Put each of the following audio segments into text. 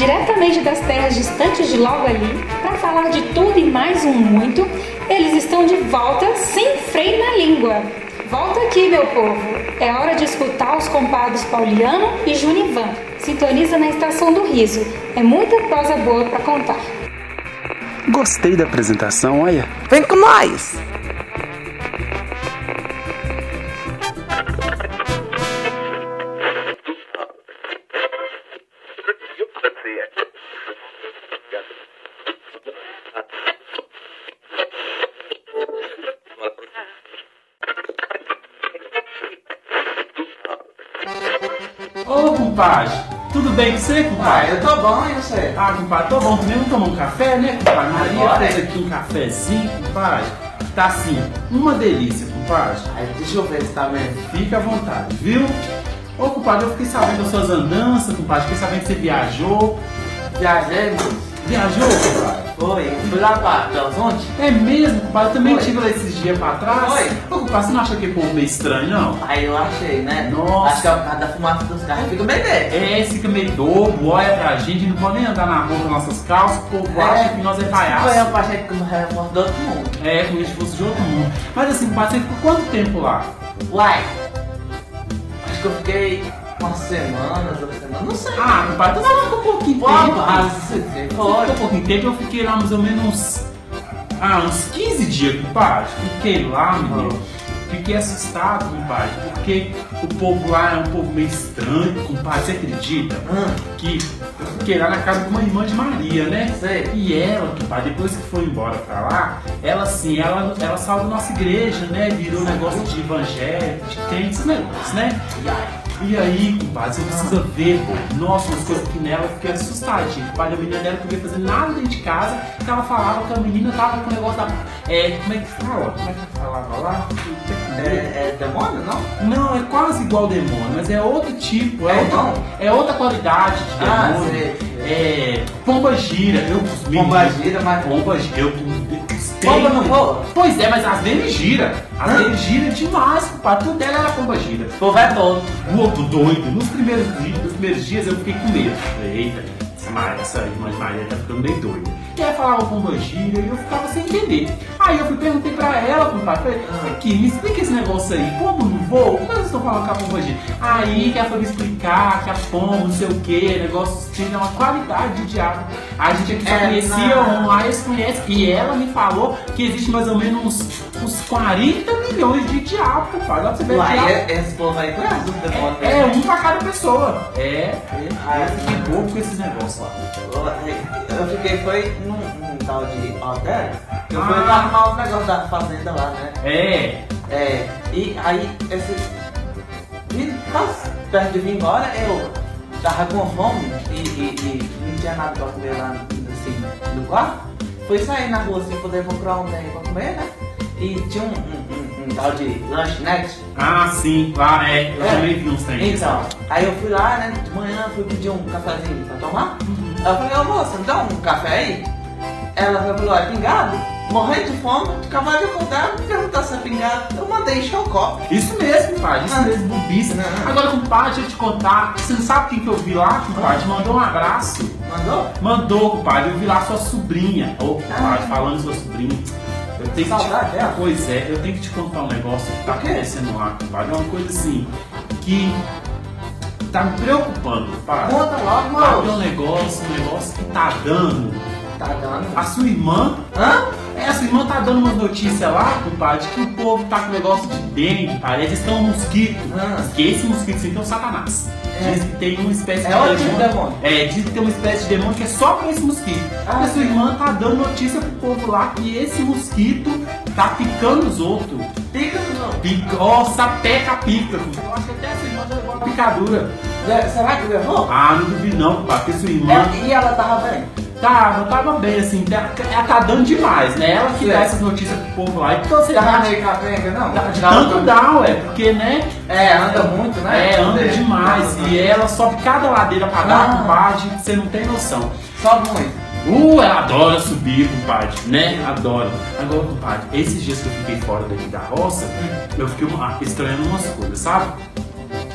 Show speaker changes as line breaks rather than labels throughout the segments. Diretamente das terras distantes de logo ali, para falar de tudo e mais um muito, eles estão de volta sem freio na língua. Volta aqui, meu povo! É hora de escutar os compadres Pauliano e Junivan. Sintoniza na Estação do Riso. É muita prosa boa para contar.
Gostei da apresentação, olha.
Vem com nós!
Ô, compadre, tudo bem com você,
Ah,
compadre?
eu tô bom, e você?
Ah, compadre, tô bom. Tu mesmo tomou um café, né, compadre? Maria
Bora.
fez aqui um cafezinho, compadre. Tá assim, uma delícia, compadre.
Aí, deixa eu ver se tá vendo.
Fica à vontade, viu? Ô, compadre, eu fiquei sabendo das suas andanças, compadre. Fiquei sabendo que você viajou.
Viajei, moço.
Viajou, compadre?
Oi, fui lá pra Belo Horizonte?
É mesmo, compadre? Eu também
Foi.
tive lá esses dias pra trás.
Foi.
Ô, compadre, você não acha que é povo meio estranho, não?
Aí eu achei, né?
Nossa.
Acho que é por causa da fumaça dos carros. Fica meio dentro.
É, fica meio bobo, olha pra gente, não pode nem andar na rua com nossas calças, o povo acha que nós é palhaço.
Foi eu achei que morreu do outro mundo.
É, como se fosse de outro mundo. Mas assim, compadre, você ficou quanto tempo lá?
Uai. Acho que eu fiquei umas semanas, duas semanas, não sei. ah,
Ah, compadre, tu falou com pouquinho tempo. ah,
Opa,
Você
você foi.
ficou com pouquinho tempo, eu fiquei lá mais ou menos uns, ah, uns 15 dias, compadre. Fiquei lá, menino. Fiquei assustado, compadre, porque o povo lá é um povo meio estranho, compadre. Você acredita?
Hum,
Que eu fiquei lá na casa de uma irmã de Maria, né?
sei.
E ela, compadre, depois que foi embora pra lá, ela assim, ela, ela salva nossa igreja, né? Virou negócio de evangelho, de crente, esse negócio, né?
E aí?
E aí, compadre, você precisa ver, pô. Nossa, umas coisas que nela eu fiquei assustadinho. Compadre, a menina dela não podia fazer nada dentro de casa, que ela falava que a menina tava com o negócio da. É, como é que fala? Como é que falava lá?
É, é demônio, não?
Não, é quase igual demônio, mas é outro tipo, é,
É,
outra-
não?
é outra qualidade de
Ah,
demônio.
sei, sei.
é. Pomba gira, eu os
Bomba
meninos-
gira, mas...
Pomba gira, eu
Bomba não voa?
Pois é, mas as dele gira. As
Hã?
dele gira demais, compadre. Tudo dela era pomba gira.
Pô, vai é bom.
O outro doido, nos primeiros, di- nos primeiros dias eu fiquei com medo. Falei, eita, essa, Maria, essa irmã de Maria tá ficando meio doida. E ela falava com manjinha e eu ficava sem entender. Aí eu fui perguntei pra ela, compadre, falei, aqui, me explica esse negócio aí, como não vou? Como eles estão falando com a pomba gira? Aí que ela foi me explicar que a pomba, não sei o que, negócio tinha uma qualidade de diabo. A gente aqui só
É,
conhecia
não.
um, lá eles conhecem. E ela me falou que existe mais ou menos uns, uns 40 milhões de diabo, compadre. Olha pra você ver diabo.
Uai, é- esse povo aí conhece os demônios. né?
É um tipo pra cada pessoa. É.
Ah,
Que bobo com esses negócios lá.
Eu fiquei, foi num, num tal de hotel, que eu fui
Ah.
lá arrumar os negócios da fazenda lá, né?
É.
É, e aí, esse... e quase perto de vir embora, eu tava com fome e, e- e não tinha nada pra comer lá, assim, no quarto. Fui sair na rua, assim, poder comprar um trem pra comer, né? E tinha um, um- um- um tal de lanchonete.
Ah, sim, lá é. Eu
É.
também vi uns trem.
Então, aí eu fui lá, né, de manhã, fui pedir um cafezinho pra tomar. Aí eu falei, ô moça, me dá um café aí? Ela falou, ó, é pingado? Morrendo de fome, acabava de acordar, me perguntar se é pingado. Eu mandei encher o copo.
Isso mesmo, compadre. Isso
Ah.
mesmo, bobice.
Não.
Agora, compadre, deixa eu te contar. Você não sabe quem que eu vi lá,
Ah.
compadre? Mandou um abraço.
Mandou?
Mandou, compadre. Eu vi lá sua sobrinha. Ô, compadre,
Ah.
falando de sua sobrinha. Eu tenho que
Saudade
te...
dela.
Pois é, eu tenho que te contar um negócio que tá
O quê?
acontecendo lá, compadre. É uma coisa assim que tá me preocupando, compadre.
Conta logo,
Sabe um
moço.
negócio, um negócio que tá dando.
Tá dando.
A sua irmã,
Hã?
é, a sua irmã tá dando umas notícias lá, compadre, que o povo tá com negócio de dengue, parece que estão um mosquito.
Hã?
Que esse mosquito sim tem um satanás.
É.
Diz que tem uma espécie
É
de
outro tipo de
demônio.
demônio.
É, diz que tem uma espécie de demônio que é só pra esse mosquito.
Ah.
a sua irmã tá dando notícia pro povo lá que esse mosquito tá picando os outros.
Pica no jogo.
Pica, ó, sapeca pica. Eu acho que até a sua irmã já levou uma picadura.
Será que levou?
Ah, não duvido não, compadre, porque sua irmã.
É, e ela tava bem?
Tava, tava bem, assim, tá- ela tá dando demais, né? Ela que dá
Certo.
essas notícias pro povo lá. Então você
Tava
tá
meio capenga, não?
tanto dá, ué, porque, né?
É, anda muito, né?
É, anda demais. E ela sobe cada ladeira pra dar
Ah.
compadre, você não tem noção.
Sobe muito.
Uh, ela adora subir, compadre, né? Adora. Agora, compadre, esses dias que eu fiquei fora daqui da roça, eu fiquei uma- estranhando umas coisas, sabe?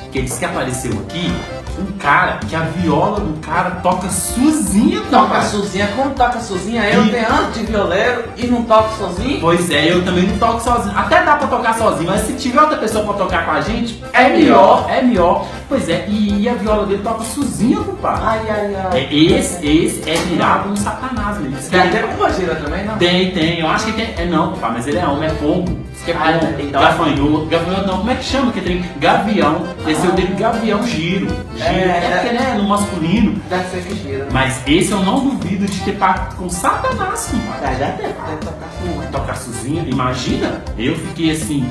Porque disse que apareceu aqui um cara que a viola do cara toca sozinha,
Toca
cara.
sozinha, como toca sozinha? Eu
E-
tenho antes de violeiro e não toco sozinho?
Pois é, eu também não toco sozinho. Até dá pra tocar sozinho, mas se tiver outra pessoa pra tocar com a gente, é melhor, é melhor. Pois é, e, e a viola dele toca sozinha, compadre.
Ai, ai, ai.
É, esse, esse é virado um satanás, né? Diz que
Tem até
ele-
com bageira também, não?
Tem, tem. Eu acho que tem. É não, pá, mas ele é homem, é pombo. Isso que é
Ah,
pombo.
então-
Gafanhoto. Gafanhoto não, como é que chama? Que tem gavião. Esse é o dele, gavião giro. Giro.
É,
É, porque ele é no masculino.
Deve ser que gira.
Mas esse eu não duvido de ter pacto com Satanás, compadre.
Ah, já deve, deve tocar sozinha.
Tocar sozinha, imagina? Eu fiquei assim,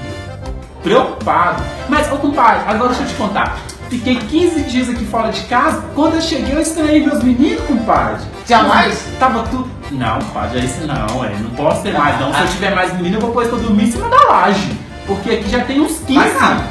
preocupado. Mas, ô compadre, agora deixa eu te contar. Fiquei 15 dias aqui fora de casa. Quando eu cheguei, eu estranhei meus meninos, compadre.
Jamais?
Tava tudo. Não, compadre, é isso não, é. Não posso ter mais, não. Se
Ah.
eu tiver mais menino, eu vou pôr isso pra dormir em cima da laje. Porque aqui já tem uns 15.
Vai lá.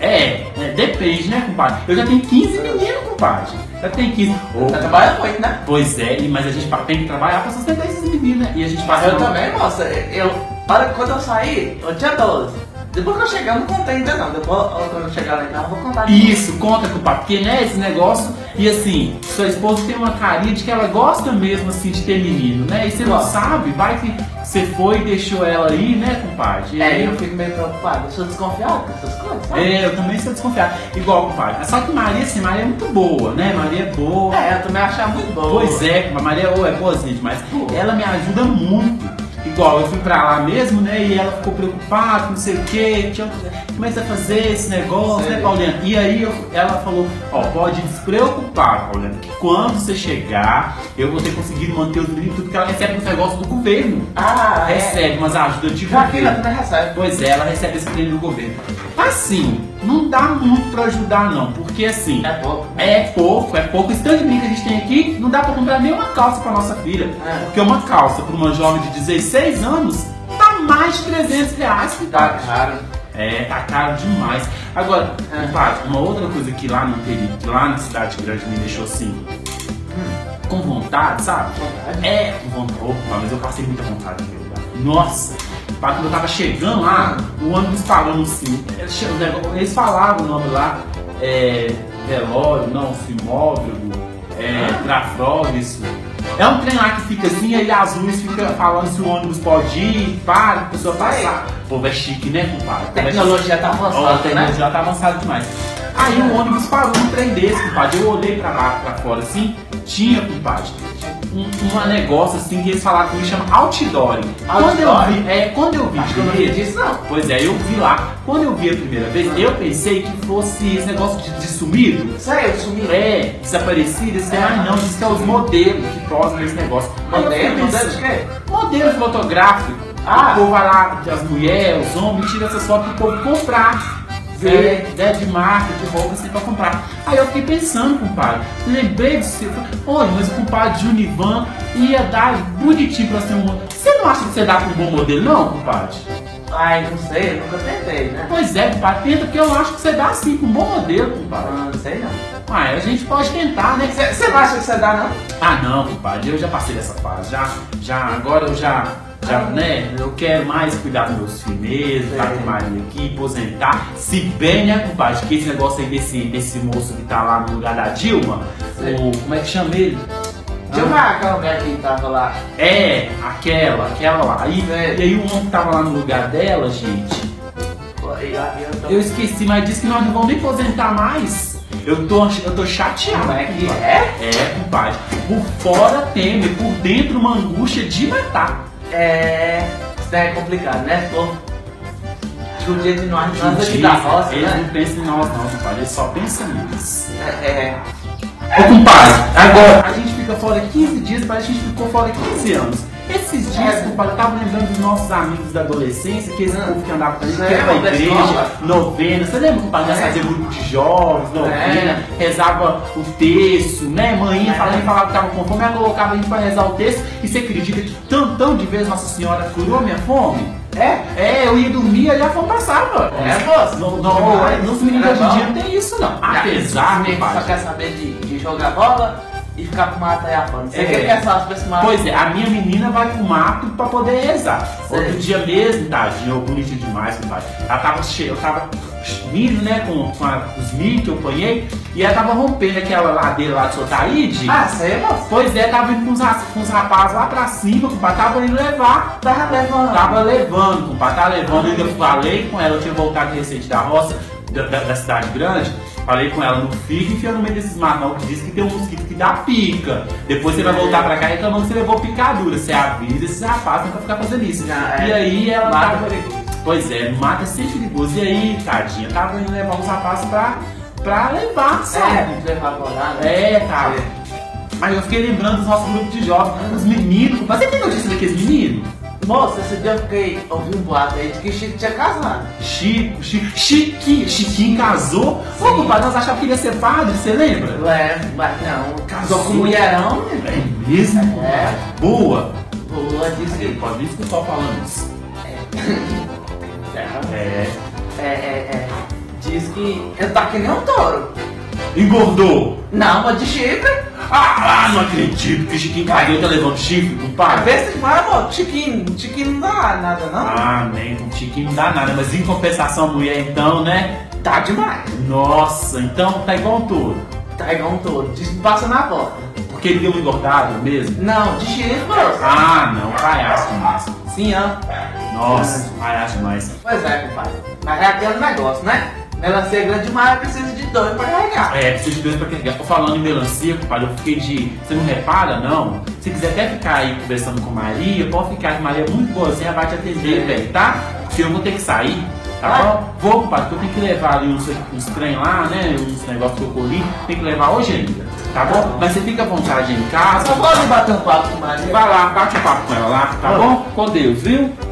É, é, depende, né, compadre? Eu já tenho 15 meninos, compadre. Já tenho 15. Ô,
Tá trabalhando muito, né?
Pois é, e- mas a gente pa- tem que trabalhar pra sustentar esses meninos, né? E a gente
Mas
passa.
eu também, moça, eu. Para quando eu saí, eu tinha 12. Depois que eu chegar, eu não contei ainda não. Depois, ó, quando eu chegar lá em casa, eu vou contar.
Isso, conta, compadre, porque né, esse negócio. E assim, sua esposa tem uma carinha de que ela gosta mesmo assim de ter menino, né? E você não
Gosta.
sabe, vai que você foi e deixou ela aí, né, compadre? E
É,
aí-
eu fico meio preocupado. Eu sou desconfiado com essas coisas, sabe?
É, eu também sou desconfiado. Igual, compadre. Só que Maria, assim, Maria é muito boa, né? Maria é boa.
É, eu também achava muito bom.
Pois é, mas Maria ô, é boazinha demais. Ela me ajuda muito. Igual, eu fui pra lá mesmo, né? E ela ficou preocupada, não sei o quê. Tinha... Começa a fazer esse negócio,
Sei.
né, Paulina? E aí eu- ela falou, ó, pode despreocupar, Paulina. Que quando você chegar, eu vou ter conseguido manter os meninos, tudo que ela recebe uns negócios do governo.
Ah, é.
Recebe umas ajudas de
Já que
governo.
ela também recebe.
Pois é, ela recebe esse prêmio do governo. Assim, não dá muito pra ajudar, não, porque assim.
É pouco.
É pouco, é pouco. Esse tanto de menino que a gente tem aqui, não dá pra comprar nem uma calça pra nossa filha.
É.
Porque uma calça pra uma jovem de 16 anos tá mais de 300 reais que
Tá
dá.
caro.
É, tá caro demais. Agora,
É.
compadre, uma outra coisa que lá no interior, que lá na cidade grande me deixou assim, hum, com vontade, sabe?
Vontade?
É, com vontade. Opa, mas eu passei muita vontade naquele lugar. Nossa! Pá, Quando eu tava chegando lá, o ônibus parando assim. é, che- o negócio- Eles falavam o nome lá, é. Velório, não, fimógrafo, é. Trafrog, isso. É um trem lá que fica assim, aí as luzes ficam falando se o ônibus pode ir, para, a pessoa passar. O povo é chique, né, compadre?
A
O povo é
tecnologia tá
Ó,
avançada,
tem-
né?
Já tá avançado demais. Aí o ônibus parou um trem desse, compadre. Eu olhei pra baixo, pra fora assim, tinha, compadre, um, um negócio assim que eles falaram comigo, chama outdoor. Quando eu
Outdoor?
vi, é, quando eu vi,
Acho que eu não
primeiro-
ia disso, não.
Pois é, eu vi lá. Quando eu vi a primeira vez, eu pensei que fosse esse negócio de, de sumido.
Sério, eu sumi.
É, desaparecido, esse
É.
ah, não, diz que é os modelos que posam esse negócio. Aí eu fiquei
Modelo, modelo de
pensando-
quê?
Modelo fotográfico.
Ah.
O povo vai lá, as mulheres, os homens, tira essas fotos pro povo comprar. Ver, né, de marca, de roupa, assim, pra comprar. Aí eu fiquei pensando, compadre. Lembrei disso. eu falei, Olha, mas o compadre Junivan ia dar bonitinho pra ser um modelo. Você não acha que você dá pra um bom modelo, não, compadre?
Ai, não sei, eu nunca tentei, né?
Pois é, compadre, tenta, porque eu acho que você dá sim pra um bom modelo, compadre.
Ah, Não sei, não.
Ah, a gente pode tentar, né?
Você não acha que você dá, não?
Ah não, compadre, eu já passei dessa fase. Já, já, agora eu já, já, né? Eu quero mais cuidar dos meus filhos mesmo, tá
Ah. É.
com Maria aqui, aposentar. Se bem, né, compadre, que esse negócio aí desse, desse moço que tá lá no lugar da Dilma,
Sei.
o, como é que chama ele?
Deixa eu marcar aquela mulher que tava lá.
É, aquela, aquela lá. Aí,
Sei.
E aí o homem que tava lá no lugar dela, gente, eu
Eu
esqueci, mas disse que nós não vamos nem aposentar mais. Eu tô, ach- eu tô chateado.
Como é que
compadre.
é?
É, compadre. Por fora teme, por dentro uma angústia de matar.
É. Isso daí é complicado, né? Pô. Judia de nós, nós aqui
Eles
da roça, né?
não pensam em nós, não, compadre. Eles só pensam nisso.
É. é.
Ô, compadre, agora. A gente fica fora 15 dias, parece que a gente ficou fora 15 anos. Esses dias,
É.
compadre, eu tava lembrando dos nossos amigos da adolescência, que esse
Ah.
povo que andava pra
É,
que era pra
da
igreja,
escola.
novena. Você lembra, compadre? Nós
É.
fazia grupo de jovens, novena, rezava o texto, né? Manhã,
É.
falava, falava que tava com fome, ela colocava a gente pra rezar o texto. E você acredita que tantão de vezes Nossa Senhora curou minha fome?
É?
É, eu ia dormir e a fome passava.
É, moço.
Não, não,
Mas,
nos meninos
era
hoje em dia
bom.
não tem isso, não.
Já,
Apesar,
esse
meu
nego só
pai.
quer saber de, de jogar bola e ficar com mata e a pano. Você
É.
quer que essas pessoas matam?
Pois é, a minha menina vai pro mato pra poder rezar.
Sei.
Outro dia mesmo, tadinha, eu bonita demais, meu pai. Ela tava cheia, eu tava milho, né? Com, com a- os milho que eu apanhei. E ela tava rompendo aquela ladeira lá de Sotaíde.
Ah, isso aí é moço.
Pois é, tava indo com os, ra- com os rapazes lá pra cima, com o pai tava indo levar.
Tava levando.
Tava levando, com o pai tava levando. Ainda falei com ela, eu tinha voltado recente da roça, da, da- da cidade grande. Falei com ela, não fica enfiando no meio desses marmão que diz que tem um mosquito que dá pica. Depois você vai voltar pra cá reclamando que você levou picadura. Você avisa esses rapazes não pra ficar fazendo isso.
Já é.
E aí ela
Mata
tava.
perigoso.
Pois é, mata sempre perigoso. E aí, tadinha, tava indo levar os rapazes pra, pra levar, sabe?
É, levar pra lá, né?
É, cara. É. Mas eu fiquei lembrando dos nossos grupos de jovens, os meninos. Mas você tem notícia daqueles meninos?
Moça, esse dia eu fiquei ouvindo um boato aí de que Chico tinha casado.
Chico, Chico, Chiquinho, Chiquinho casou. Ô,
Sim.
compadre, nós achávamos que ele ia ser padre, você lembra?
Ué, mas não, casou com
Sim.
mulherão, né?
É mesmo?
É.
Boa.
Boa, disse
Ele
que.
pode me escutar falando isso. É.
É, é, é. Diz que ele tá que nem um touro.
Engordou.
Não, mas de Chico.
Ah, ah, não acredito que Chiquinho casou e tá levando chifre,
A
compadre.
vez que vai, amor, Chiquinho, Chiquinho não dá nada, não.
Ah, nem com Chiquinho não dá nada, mas em compensação a mulher então, né?
Tá demais.
Nossa, então tá igual um touro.
Tá igual um touro. Diz que passa na porta.
Porque ele deu uma engordada mesmo?
Não, de Chico, moça.
Ah, não, palhaço demais.
Sim, ó.
Nossa, palhaço demais.
Pois é, compadre. Mas é aquele negócio, né? Melancia é grande demais, precisa de dois pra carregar.
É, preciso de dois pra carregar. Tô falando em melancia, compadre, eu fiquei de. Você não repara, não? Se quiser até ficar aí conversando com Maria, pode ficar. que Maria é muito boazinha, vai te atender, velho, tá? Porque eu vou ter que sair, tá
Vai.
bom? Vou, compadre, porque eu tenho que levar ali uns, uns trem lá, né? Uns negócios que eu corri, tem que levar hoje ainda, tá bom? Mas você fica à vontade em casa.
Tá Só pode bater um papo com Maria.
Vai lá, bate o papo com ela lá, tá
Vai.
bom? Com Deus, viu?